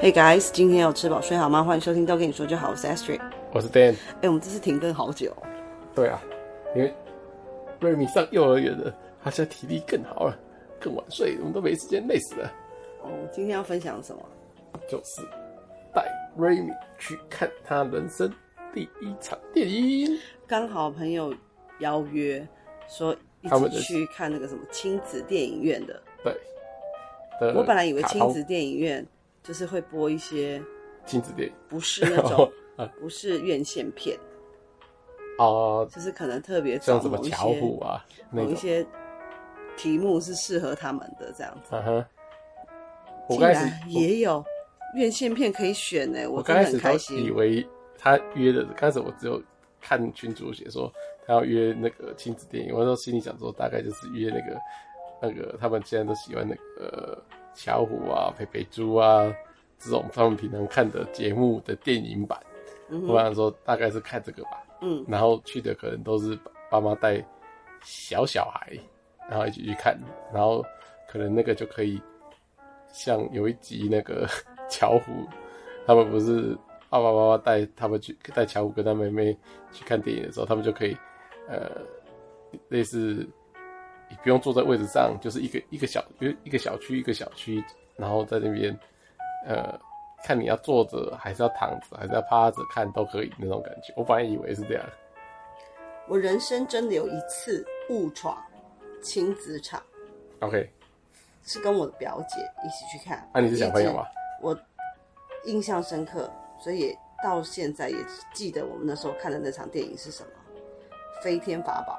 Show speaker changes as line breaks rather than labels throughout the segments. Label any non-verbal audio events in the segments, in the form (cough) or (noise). Hey guys，今天有吃饱睡好吗？欢迎收听都跟你说就好，我是 Astrid。
我是 Dan。
哎、我们这次停更好久哦，
对啊，因为瑞米上幼儿园了，他现在体力更好了，更晚睡，我们都没时间，累死了。
哦，今天要分享什么？
就是带瑞米去看他人生第一场电影，
刚好朋友邀约说一
他们
起
的
去看那个什么亲子电影院的。
对。的
我本来以为
呃卡
亲
通
子电影院就是会播一些
亲子电影
不是那种
(laughs) 哦啊
不是院线片，
哦，
就是可能特别找
像什么
某一
巧虎
些
啊那
某一
种，
些题目是适合他们的这样子。
啊哈。我
竟
刚开
然
始我
也有院线片可以选呢、我
我
真的
刚开
很
始
开
都以
心。
为他约的，刚开始我只有看群主写说他要约那个亲子电影，我那时候心里想说大概就是约那个那个他们现在都喜欢那个呃巧虎啊、佩佩猪啊这种他们平常看的节目的电影版，
嗯
我
哼，
想说大概是看这个吧，
嗯，
然后去的可能都是爸妈带小小孩，然后一起去看，然后可能那个就可以像有一集那个 (laughs) 巧虎，他们不是啊爸爸妈妈带他们去带巧虎跟他妹妹去看电影的时候，他们就可以呃类似你不用坐在位置上，就是一个一个小一一个小区一个小区，然后在那边呃。看你要坐着还是要躺着还是要趴着看都可以那种感觉，我本来以为是这样，
我人生真的有一次误闯亲子场，
OK，
是跟我的表姐一起去看。
啊那、你是小朋友
一
吗
直？？我印象深刻，所以也到现在也记得我们那时候看的那场电影是什么，《飞天法宝》。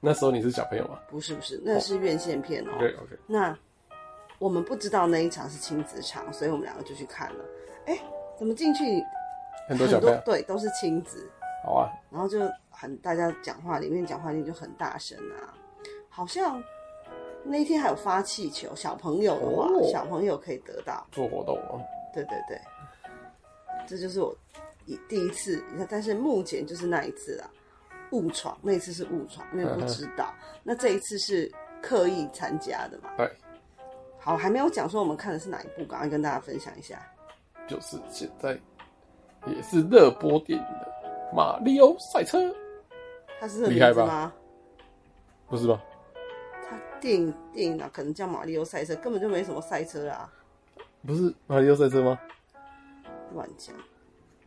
那时候你是小朋友吗
不是不是，那是院线片哦。
？OK OK，
那我们不知道那一场是亲子场，所以我们两个就去看了。哎，怎么进去
很多小朋友，
对都是亲子，
好啊，
然后就很大家讲话里面讲话里面就很大声啊，好像那一天还有发气球，小朋友的话，
哦
小朋友可以得到，
做活动哦。
对对对，这就是我一第一次，但是目前就是那一次啊，误闯，那一次是误闯，因为不知
嗯
道，那这一次是刻意参加的嘛。
对，
好，还没有讲说我们看的是哪一部，赶快跟大家分享一下。
就是现在也是热播电影的《马里奥赛车》，
它是这个
厉害
名字
吧
吗？
不是吗？
它电影电影啊，可能叫《马里奥赛车》，根本就没什么赛车啊。
不是《马里奥赛车》吗？
乱讲。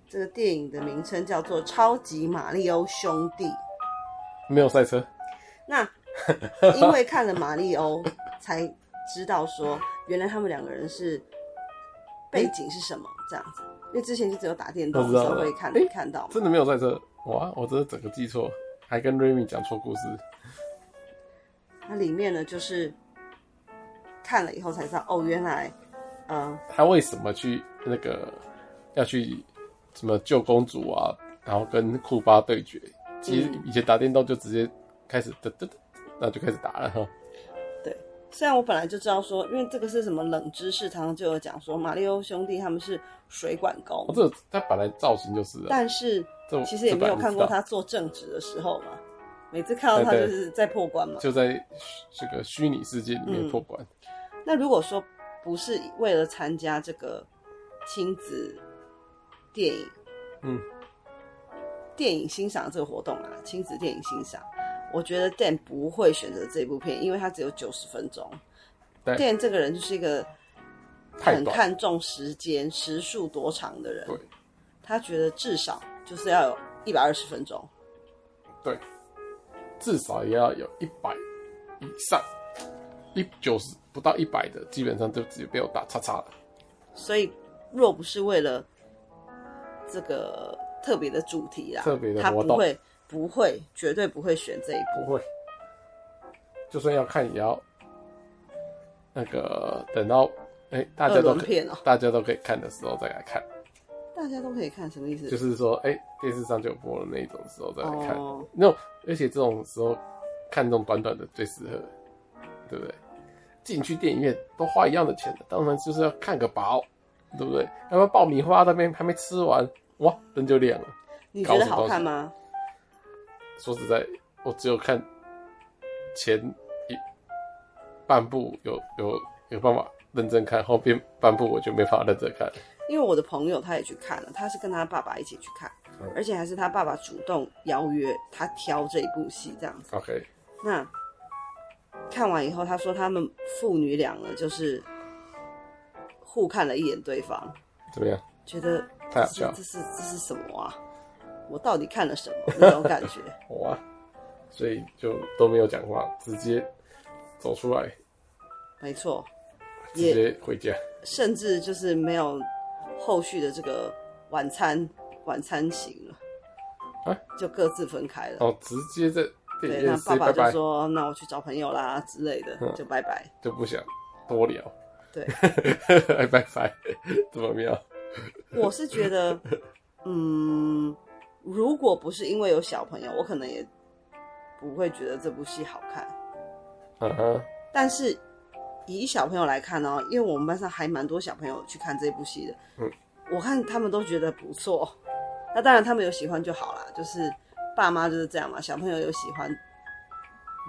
这个电影的名称叫做《超级马里欧兄弟》。
没有赛车， (laughs)
那因为看了马里欧，才知道说原来他们两个人是背景是什么这样子。因为之前就只有打电动
我知
的
道
时候
了
会看
诶
看到嘛。
真的没有赛车。哇，我真的整个记错，还跟瑞米讲错故事。
它里面呢，就是看了以后才知道，哦，原来，呃，
他为什么去那个要去什么救公主啊，然后跟库巴对决？其实以前打电动就直接开始噔噔噔，那就开始打了哈。
虽然我本来就知道说，因为这个是什么冷知识，常常就有讲说马里欧兄弟他们是水管工
哦，，这个他本来造型就是啊，
但是
这我
其实也没有看过，
这本来
他做正职的时候嘛，每次
哎
看到他就是在破关嘛
不知道。就在虚这个虚拟世界里面破关。
那如果说不是为了参加这个亲子电影，
嗯，
电影欣赏这个活动啊，亲子电影欣赏，我觉得 Dan 不会选择这部片，因为他只有九十分钟。
对
Dan 这个人就是一个
太
很
短
看重时间、时数多长的人
对，
他觉得至少就是要有一百二十分钟。
对，至少也要有一百以上，一九十不到一百的，基本上就直接被我打叉叉了。
所以若不是为了这个特别的主题啦，
特别的
他
活
不
动
会不会绝对不会选这一部。
不会，就算要看也要那个等到哎、大家
二
都
轮
可以
片哦
大家都可以看的时候再来看，
大家都可以看，什么意思？
就是说哎、电视上就有播的那种时候再来看。
哦，
那种而且这种时候看这种短短的最适合，对不对？进去电影院都花一样的钱的，当然就是要看个饱，对不对？要不然爆米花那边还没吃完，哇，灯就亮了。
你觉得好看吗？
说实在，我只有看前一半部有有有办法认真看，后边半部我就没法认真看了。
因为我的朋友他也去看了，他是跟他爸爸一起去看，
嗯
而且还是他爸爸主动邀约他挑这一部戏这样子。
OK，
那看完以后，他说他们父女俩呢，就是互看了一眼对方，
怎么样？
觉得
太好
这是
笑了
这是这是什么啊？我到底看了什
(laughs)
么？那种感觉。
哇，啊所以就都没有讲话，直接走出来，
没错，
直
也
接回家。
甚至就是没有后续的这个晚餐晚餐行了，
啊
就各自分开了。
哦，直接在
对，
电影
那
院 say
爸爸
拜
就
拜，
说：“那我去找朋友啦之类的，
嗯
就拜拜。
就不想多聊，
对，
还 (laughs) 拜拜，怎么妙？
我是觉
(laughs)
得，嗯，如果不是因为有小朋友，我可能也不会觉得这部戏好看。
嗯哼，
但是以小朋友来看哦，因为我们班上还蛮多小朋友去看这部戏的，
嗯，
我看他们都觉得不错。那当然，他们有喜欢就好啦，就是爸妈就是这样嘛，小朋友有喜欢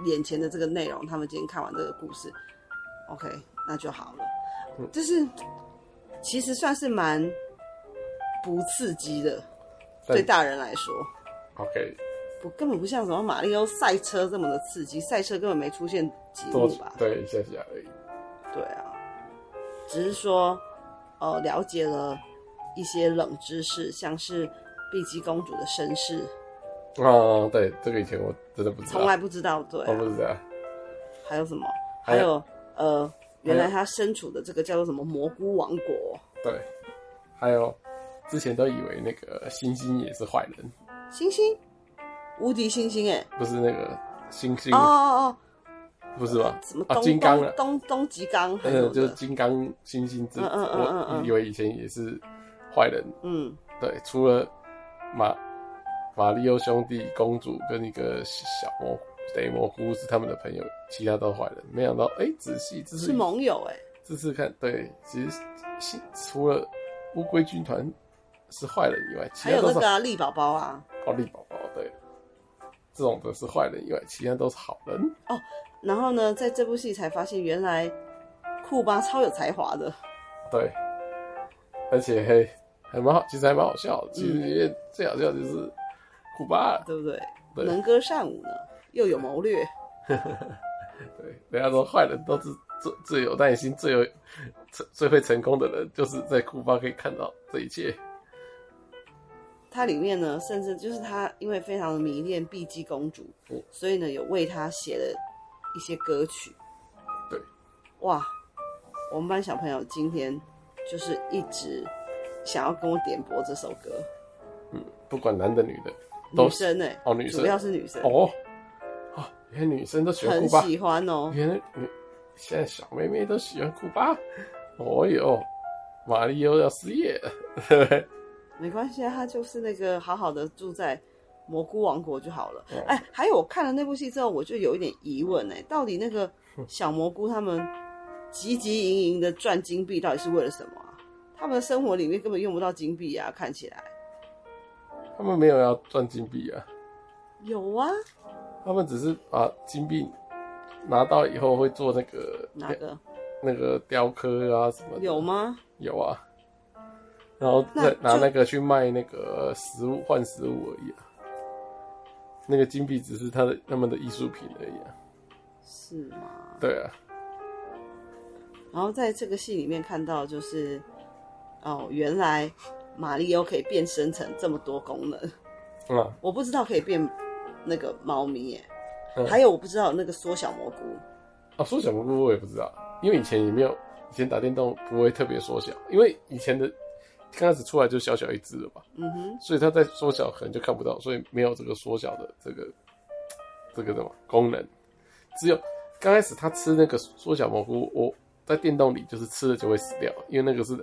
眼前的这个内容，他们今天看完这个故事，OK，那就好了。
嗯
就是其实算是蛮不刺激的，
但
对大人来说。
OK，
不，根本不像什么马里奥赛车这么的刺激，赛车根本没出现几幕
多
吧？
对一下下而已。
对啊，只是说，呃，了解了一些冷知识，像是碧姬公主的身世，
啊，对，这个以前我真的不知道，
从来不知道，对、
我
啊，
不知道。
还有什么？
哦还
还
有
有呃，原
还有
来她身处的这个叫做什么蘑菇王国，
对，还有之前都以为那个星星也是坏人，
星星，无敌星星、欸，
不是那个星星，
哎，哦哦
不是吧
哦，？什么
嗯啊，
东、
金刚啊
东，东东极刚，还有
呃，就是
的，
金刚星星之，
嗯嗯嗯嗯
我
嗯
以为以前也是坏人，
嗯，
对，除了马马里奥兄弟公主跟一个小蘑雷蘑菇是他们的朋友，其他都坏人。没想到，哎、仔细这
是
是
盟友、欸，哎，
这次看，对，其实是除了乌龟军团是坏人以外，其
还
他
有
都
那
是
个啊，力宝宝啊，
奥利宝宝，对，这种的是坏人以外，其他都是好人。
然后呢，在这部戏才发现原来库巴超有才华的。
对，而且嘿，还蛮好，其实还蛮好笑的。其实
嗯
里面最好笑就是库巴尔，
对不对？
对
能歌善舞呢，又有谋略，
对，人家说坏人都是最最有耐心、最有成最会成功的人，就是在库巴可以看到这一切。
它里面呢，甚至就是他因为非常的迷恋碧姬公主
嗯，
所以呢有为她写了一些歌曲。
对，
哇，我们班小朋友今天就是一直想要跟我点播这首歌，
不管男的女的，都
女生呢、欸
哦女生
主要是女生，
哦啊，原来女生都喜欢
很
库巴，
喜欢
(laughs)
哦。
原来女现在小妹妹都喜欢库巴。哦哟，马里欧要失业了，对不对？
没关系啊，他就是那个好好的住在蘑菇王国就好了
哦。
哎、还有我看了那部戏之后，我就有一点疑问哎、到底那个小蘑菇他们汲汲营营的赚金币，到底是为了什么啊？他们的生活里面根本用不到金币啊，看起来
他们没有要赚金币啊，
有啊，
他们只是把金币拿到以后会做那个
哪个
那个雕刻啊什么的。
有吗？
有啊，然后
那
再
就
拿那个去卖那个食物换食物而已啊。那个金币只是他的他们的艺术品而已啊。
是吗？
对啊，
然后在这个戏里面看到就是，哦，原来马里欧可以变身成这么多功能。
嗯，
我不知道可以变那个猫咪耶、
嗯
还有我不知道那个缩小蘑菇，
啊，缩小蘑菇我也不知道，因为以前也没有，以前打电动不会特别缩小，因为以前的刚开始出来就小小一只了吧，
嗯哼，
所以它在缩小可能就看不到，所以没有这个缩小的这个这个什么功能。只有刚开始它吃那个缩小蘑菇，我在电动里就是吃了就会死掉，因为那个是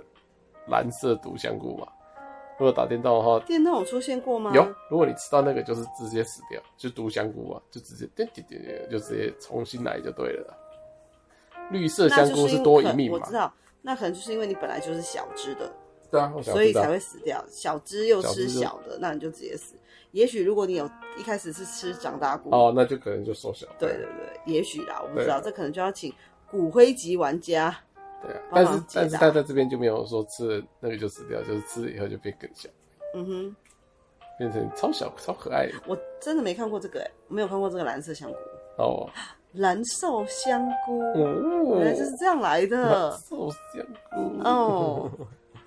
蓝色毒香菇嘛。如果打电动的话，
电动有出现过吗？
有，如果你吃到那个就是直接死掉，就毒香菇啊，就直接点点点点就直接重新来就对了啦。绿色
那
香
就
菇
是因为
多
可
一命
我
嘛
知？道，那可能就是因为你本来就是小只的，
对啊，我想
所以
知
才
道。
会死掉。小只又
小只
吃
就
小的，那你就直接死。也许如果你有一开始是吃长大菇，
哦，那就可能就缩小。
对对对，也许啦，我不
对
知道，这可能就要请骨灰级玩家
对啊，
帮
但
忙
是
解
但是
答
他在这边就没有说吃了那个就死掉，就是吃了以后就变更小，
嗯哼，
变成超小超可爱的
我真的没看过这个、欸，没有看过这个蓝色香菇，
哦，
蓝瘦香菇，
哦，
原来就是这样来
(laughs)
的
寿香菇
哦。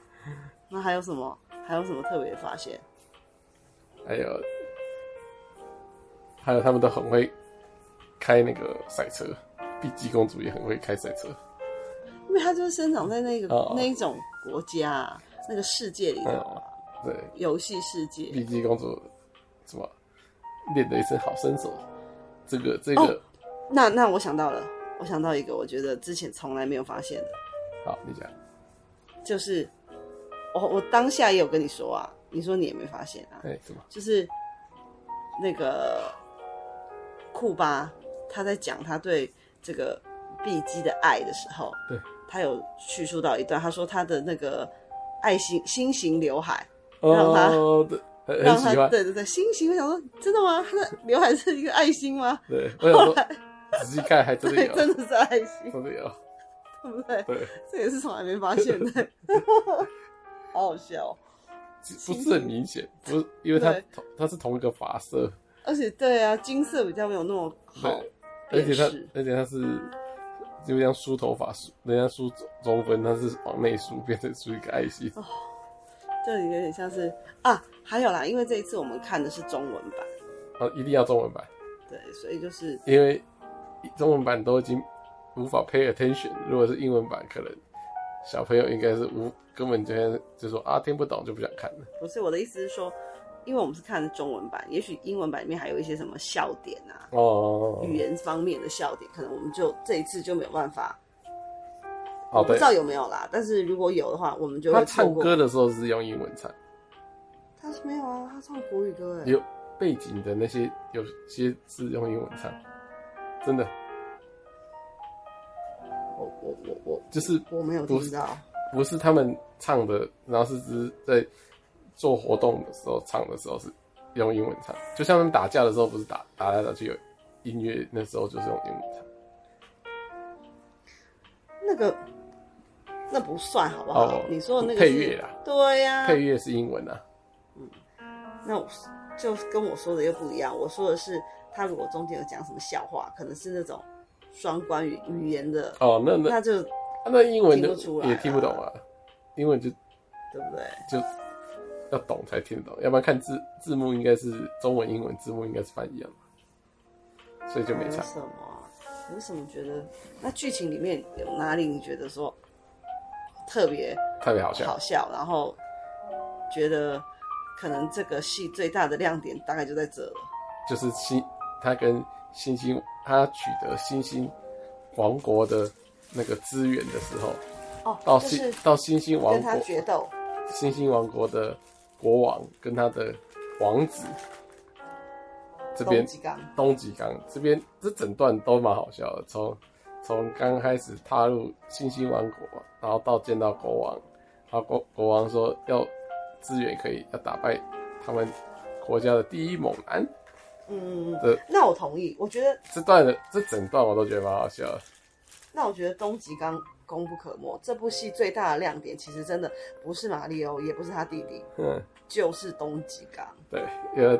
(laughs) 那还有什么？还有什么特别的发现？
还有还有他们都很会开那个赛车，碧姬公主也很会开赛车，
因为它就是生长在那个、
哦
那一种国家啊、那个世界里头啊，
对，
游戏世界。
碧姬公主什么练得一身好身手，这个这
哦
个、
那那我想到了，我想到一个，我觉得之前从来没有发现的，
好，你讲
就是我我当下也有跟你说啊，你说你也没发现啊，
哎什么
就是那个库巴他在讲他对这个碧姬的爱的时候，
对，
他有叙述到一段，他说他的那个爱心心形刘海，让他
哦对很
让
很
他
喜欢，
对对对心形，我想说真的吗？他的刘海是一个爱心吗？
对，我想
后 (laughs)
说
来
仔细看还真的
对，
有，
真的是爱心，
真的有，
对不对？
对，
这也是从来没发现
(laughs)
的，好好笑哦、
不是很明显，不是因为它
对
同它是同一个发色，
而且对啊，金色比较没有那么好
对，
辨
而且它
识
而且它是就像梳头发梳，人家梳中分，它是往内梳，变成梳一个爱心，
哦这里有点像是啊，还有啦，因为这一次我们看的是中文版，
啊，一定要中文版，
对，所以就是
因为中文版都已经无法 pay attention，如果是英文版，可能小朋友应该是无根本就像就说啊听不懂就不想看了，
不是我的意思是说，因为我们是看中文版，也许英文版里面还有一些什么笑点啊，
哦，
语言方面的笑点，可能我们就这一次就没有办法，
哦
我不
对
知，道有没有啦。但是如果有的话，我们就
他
会错
唱
过。
歌的时候是用英文唱。
他是没有啊，他唱国语歌哎、
有背景的那些有些是用英文唱，真的
我我我我
就是
我没有
不
听到，
不是他们唱的，然后是只在做活动的时候唱的时候是用英文唱，就像他们打架的时候不是打打来打去有音乐，那时候就是用英文唱。
那个那不算好不好？
哦
你说的那个
配
是
乐啦，
对呀、
配乐是英文啊，
那我就跟我说的又不一样，我说的是他如果中间有讲什么笑话，可能是那种双关语语言的，
哦，那那
那就
那英文
听不出
就
来啊
也听不懂啊，英文就
对不对？
就要懂才听得懂，要不然看字字幕应该是中文、英文字幕应该是翻译啊，所以就没
有
唱。
什么啊？有什么觉得？那剧情里面有哪里你觉得说特别
特别好笑
好。笑，然后觉得可能这个戏最大的亮点大概就在这了。
就是星，他跟星星，他取得星星王国的那个资源的时候，到
哦，就
星、
是
到星星王
跟他
国，
决斗，
星星王国的国王跟他的王子这边
东极刚
东极刚这边这整段都蛮好笑的，从从刚开始踏入星星王国，然后到见到国王，然后国国王说要资源可以要打败他们国家的第一猛男。
嗯
呃，
那我同意，我觉得
这段的这整段我都觉得蛮好笑的。
那我觉得东极刚功不可没，这部戏最大的亮点其实真的不是马里欧，也不是他弟弟，
嗯，
就是东极刚，
对，因为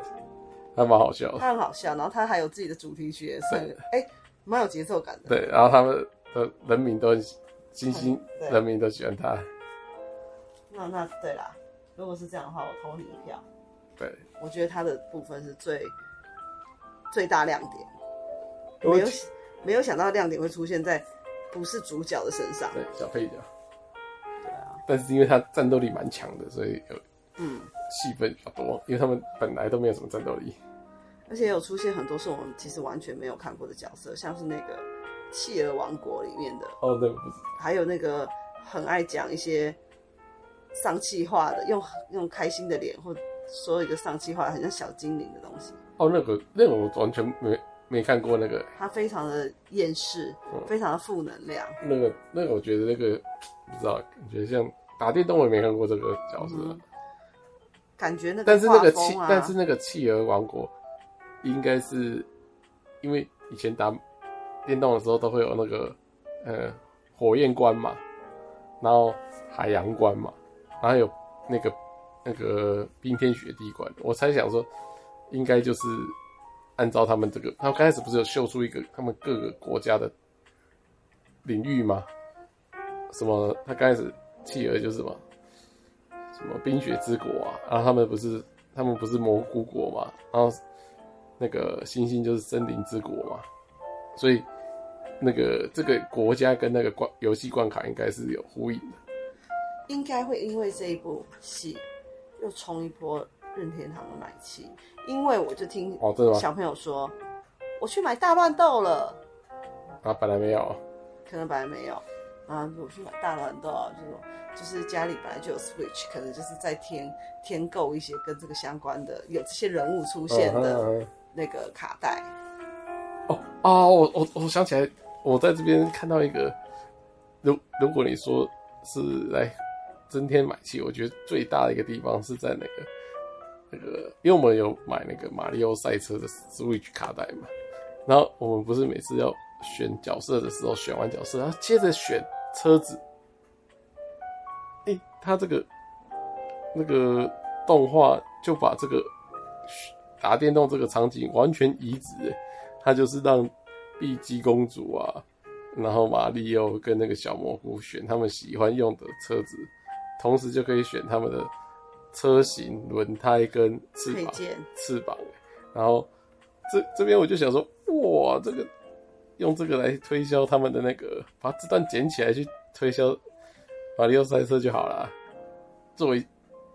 还蛮好笑的。
他很好笑，然后他还有自己的主题曲，也是很哎蛮有节奏感的。
对，然后他们的人民都很喜星星
对
人民都喜欢他。
那那对啦，如果是这样的话，我投你一票。
对，
我觉得他的部分是最最大亮点，
我
没有没有想到亮点会出现在不是主角的身上。
对小配角。但是因为他战斗力蛮强的，所以有
嗯，
戏份比较多。因为他们本来都没有什么战斗力。
而且有出现很多是我们其实完全没有看过的角色，像是那个《企鹅王国》里面的，
哦，对，不是
还有那个很爱讲一些丧气话的，用用开心的脸或说一个丧气话，很像小精灵的东西，
哦，那个那个我完全没没看过那个
他非常的厌世，非常的负能量。
那个那个，我觉得那个不知道，感觉像打电动我也没看过这个角色。
嗯感觉那个
但是那个
画
企
风，啊，
但是那个企鹅王国，应该是因为以前打电动的时候都会有那个呃火焰关嘛，然后海洋馆嘛，然后有那个那个冰天雪地馆。我猜想说，应该就是按照他们这个，他们刚开始不是有秀出一个他们各个国家的领域吗？什么？他刚开始企鹅就是什么什么冰雪之国啊，然后他们不是他们不是蘑菇国嘛，然后那个星星就是森林之国嘛，所以那个这个国家跟那个关游戏关卡应该是有呼应的。
应该会因为这一部戏又冲一波任天堂的买气，因为我就听
哦真的吗
小朋友说，我去买大乱斗了，
啊，本来没有，
可能本来没有，啊，我去买大乱斗啊，这种就是家里本来就有 Switch，可能就是在添添购一些跟这个相关的有这些人物出现的
嗯嗯嗯
那个卡带，
哦哦，我我我想起来，我在这边看到一个，如如果你说是来增添买气，我觉得最大的一个地方是在那个那个，因为我们有买那个马里奥赛车的 Switch 卡带嘛，然后我们不是每次要选角色的时候，选完角色，然后接着选车子，诶、他这个那个动画就把这个打电动这个场景完全移植、欸，他就是让碧姬公主啊，然后马里奥跟那个小蘑菇选他们喜欢用的车子，同时就可以选他们的车型、轮胎跟翅膀
配件、
翅膀、欸然后这这边我就想说，哇，这个用这个来推销他们的那个，把这段捡起来去推销马里奥赛车就好了。作为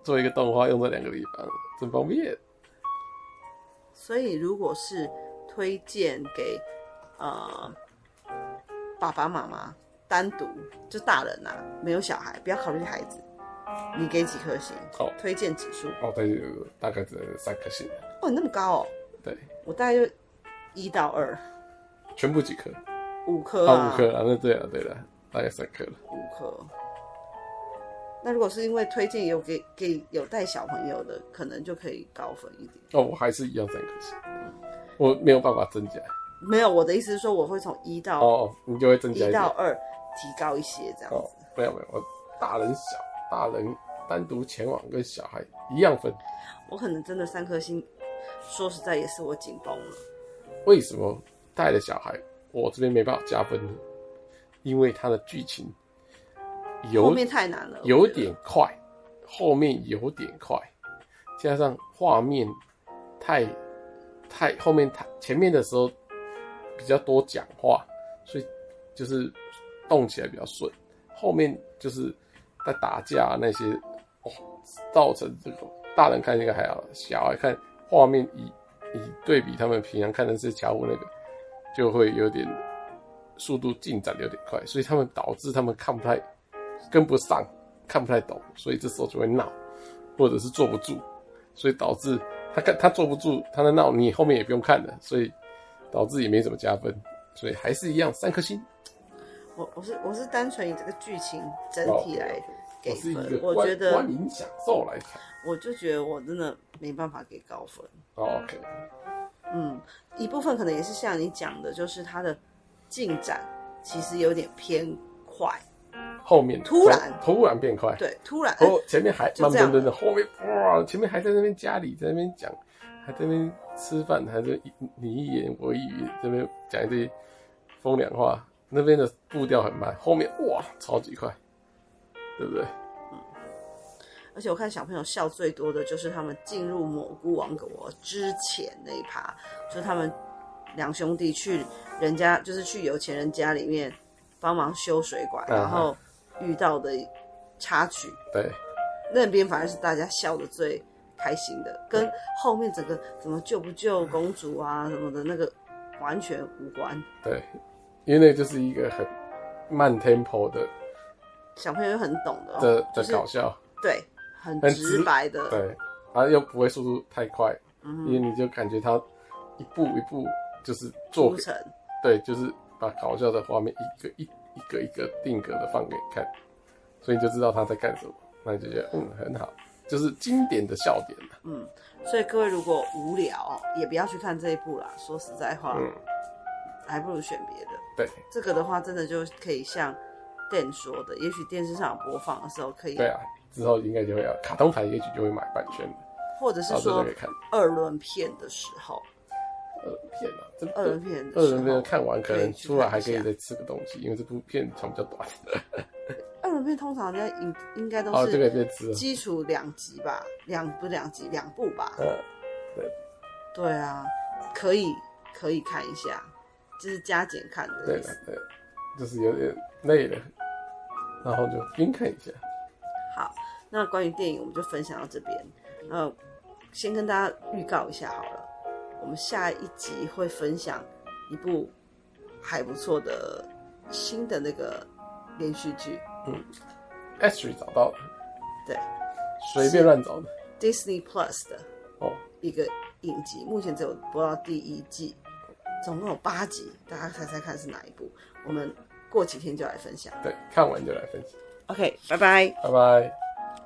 做一个动画用这两个地方，真方便。
所以如果是推荐给呃爸爸妈妈单独就大人啊，没有小孩，不要考虑孩子，你给几颗星？
哦
推荐指数？
哦，对，大概只能三颗星，
哦，你那么高哦，
对，
我大概就一到二，
全部几颗？
五颗
啊，
啊，
五颗啊，那对了对了，大概三颗了。
五颗。那如果是因为推荐有给给有带小朋友的，可能就可以高分一点。
哦，我还是一样三颗星，我没有办法增加。
没有，我的意思是说，我会从一到
哦，你就会增
一、
加一点
到。二提高一些这样子。
哦，没有没有，我大人小大人单独前往跟小孩一样分，哦
我可能真的三颗星，说实在也是我紧绷了。
为什么带了小孩我这边没办法加分呢？因为它的剧情
后
有
面太难了，
有
我觉得
点快，后面有点快，加上画面太太后面太前面的时候比较多讲话，所以就是动起来比较顺，后面就是在打架那些，哦，造成这个大人看这个还好，小孩看画面以以对比他们平常看的是乔虎那个，就会有点速度进展有点快，所以他们导致他们看不太跟不上，看不太懂，所以这时候就会闹，或者是坐不住，所以导致他看他坐不住，他在闹，你后面也不用看了，所以导致也没怎么加分，所以还是一样三颗星。
我我是我是单纯以这个剧情整体来给
哦我是
分
一，个
我
观
觉得
观影享受来看。
我就觉得我真的没办法给高分。
哦 OK，
嗯，一部分可能也是像你讲的，就是它的进展其实有点偏快，
后面
突然
突然变快，
对，突然、
(laughs) 哦，前面还
就
慢
这样
吞吞的，后面哇，前面还在那边家里，在那边讲，还在那边吃饭，还在你一言我一语，这边讲一堆风凉话，那边的步调很慢，后面哇超级快，对不对？
而且我看小朋友笑最多的就是他们进入蘑菇王国之前那一趴，就是他们两兄弟去人家，就是去有钱人家里面帮忙修水管，
嗯
然后遇到的插曲，
对，
那边反而是大家笑的最开心的，跟后面整个怎么救不救公主啊什么的那个完全无关。
对，因为那就是一个很慢 tempo 的
小朋友又很懂的、
的
哦，就
的
是
搞笑，
对，很
很
直
直
白的，
对，然后又不会速度太快，因为
嗯，
你就感觉他一步一步就是做
铺
给
陈。
对，就是把搞笑的画面一个一一个一个定格的放给你看，所以你就知道他在干什么，那你就觉得嗯很好，就是经典的笑点啊嘛
嗯，所以各位如果无聊，也不要去看这一部啦。说实在话，
嗯，
还不如选别的。
对，
这个的话，真的就可以像店说的，也许电视上有播放的时候可以，
对啊，之后应该就会有卡通盘，也许就会买版权了，
或者是
到时候
说
就可以看
二轮片的时候，
二轮片啊，这
二轮片的
二
时
轮
候
片，看完可能出来还可
可以
以
去
再吃个东西，因为这部片长比较短，
二轮片通常人家应应该都，
哦这个
是
也可以吃了，
基础两集吧，两不是两集两部吧，
嗯，
对啊，可以可以看一下，就是加减看的
对
意
的
思。
对，就是有点累了，然后就边看一下，
好，那关于电影我们就分享到这边。呃，先跟大家预告一下好了，我们下一集会分享一部还不错的新的那个连续剧，
Ashley 找到了，
对
随便乱找的，
，Disney Plus 的
哦，
一个影集，目前只有播到第一季，总共有八集，大家猜猜看是哪一部？我们过几天就来分享。
对，看完就来分析，
OK，拜拜。
拜拜。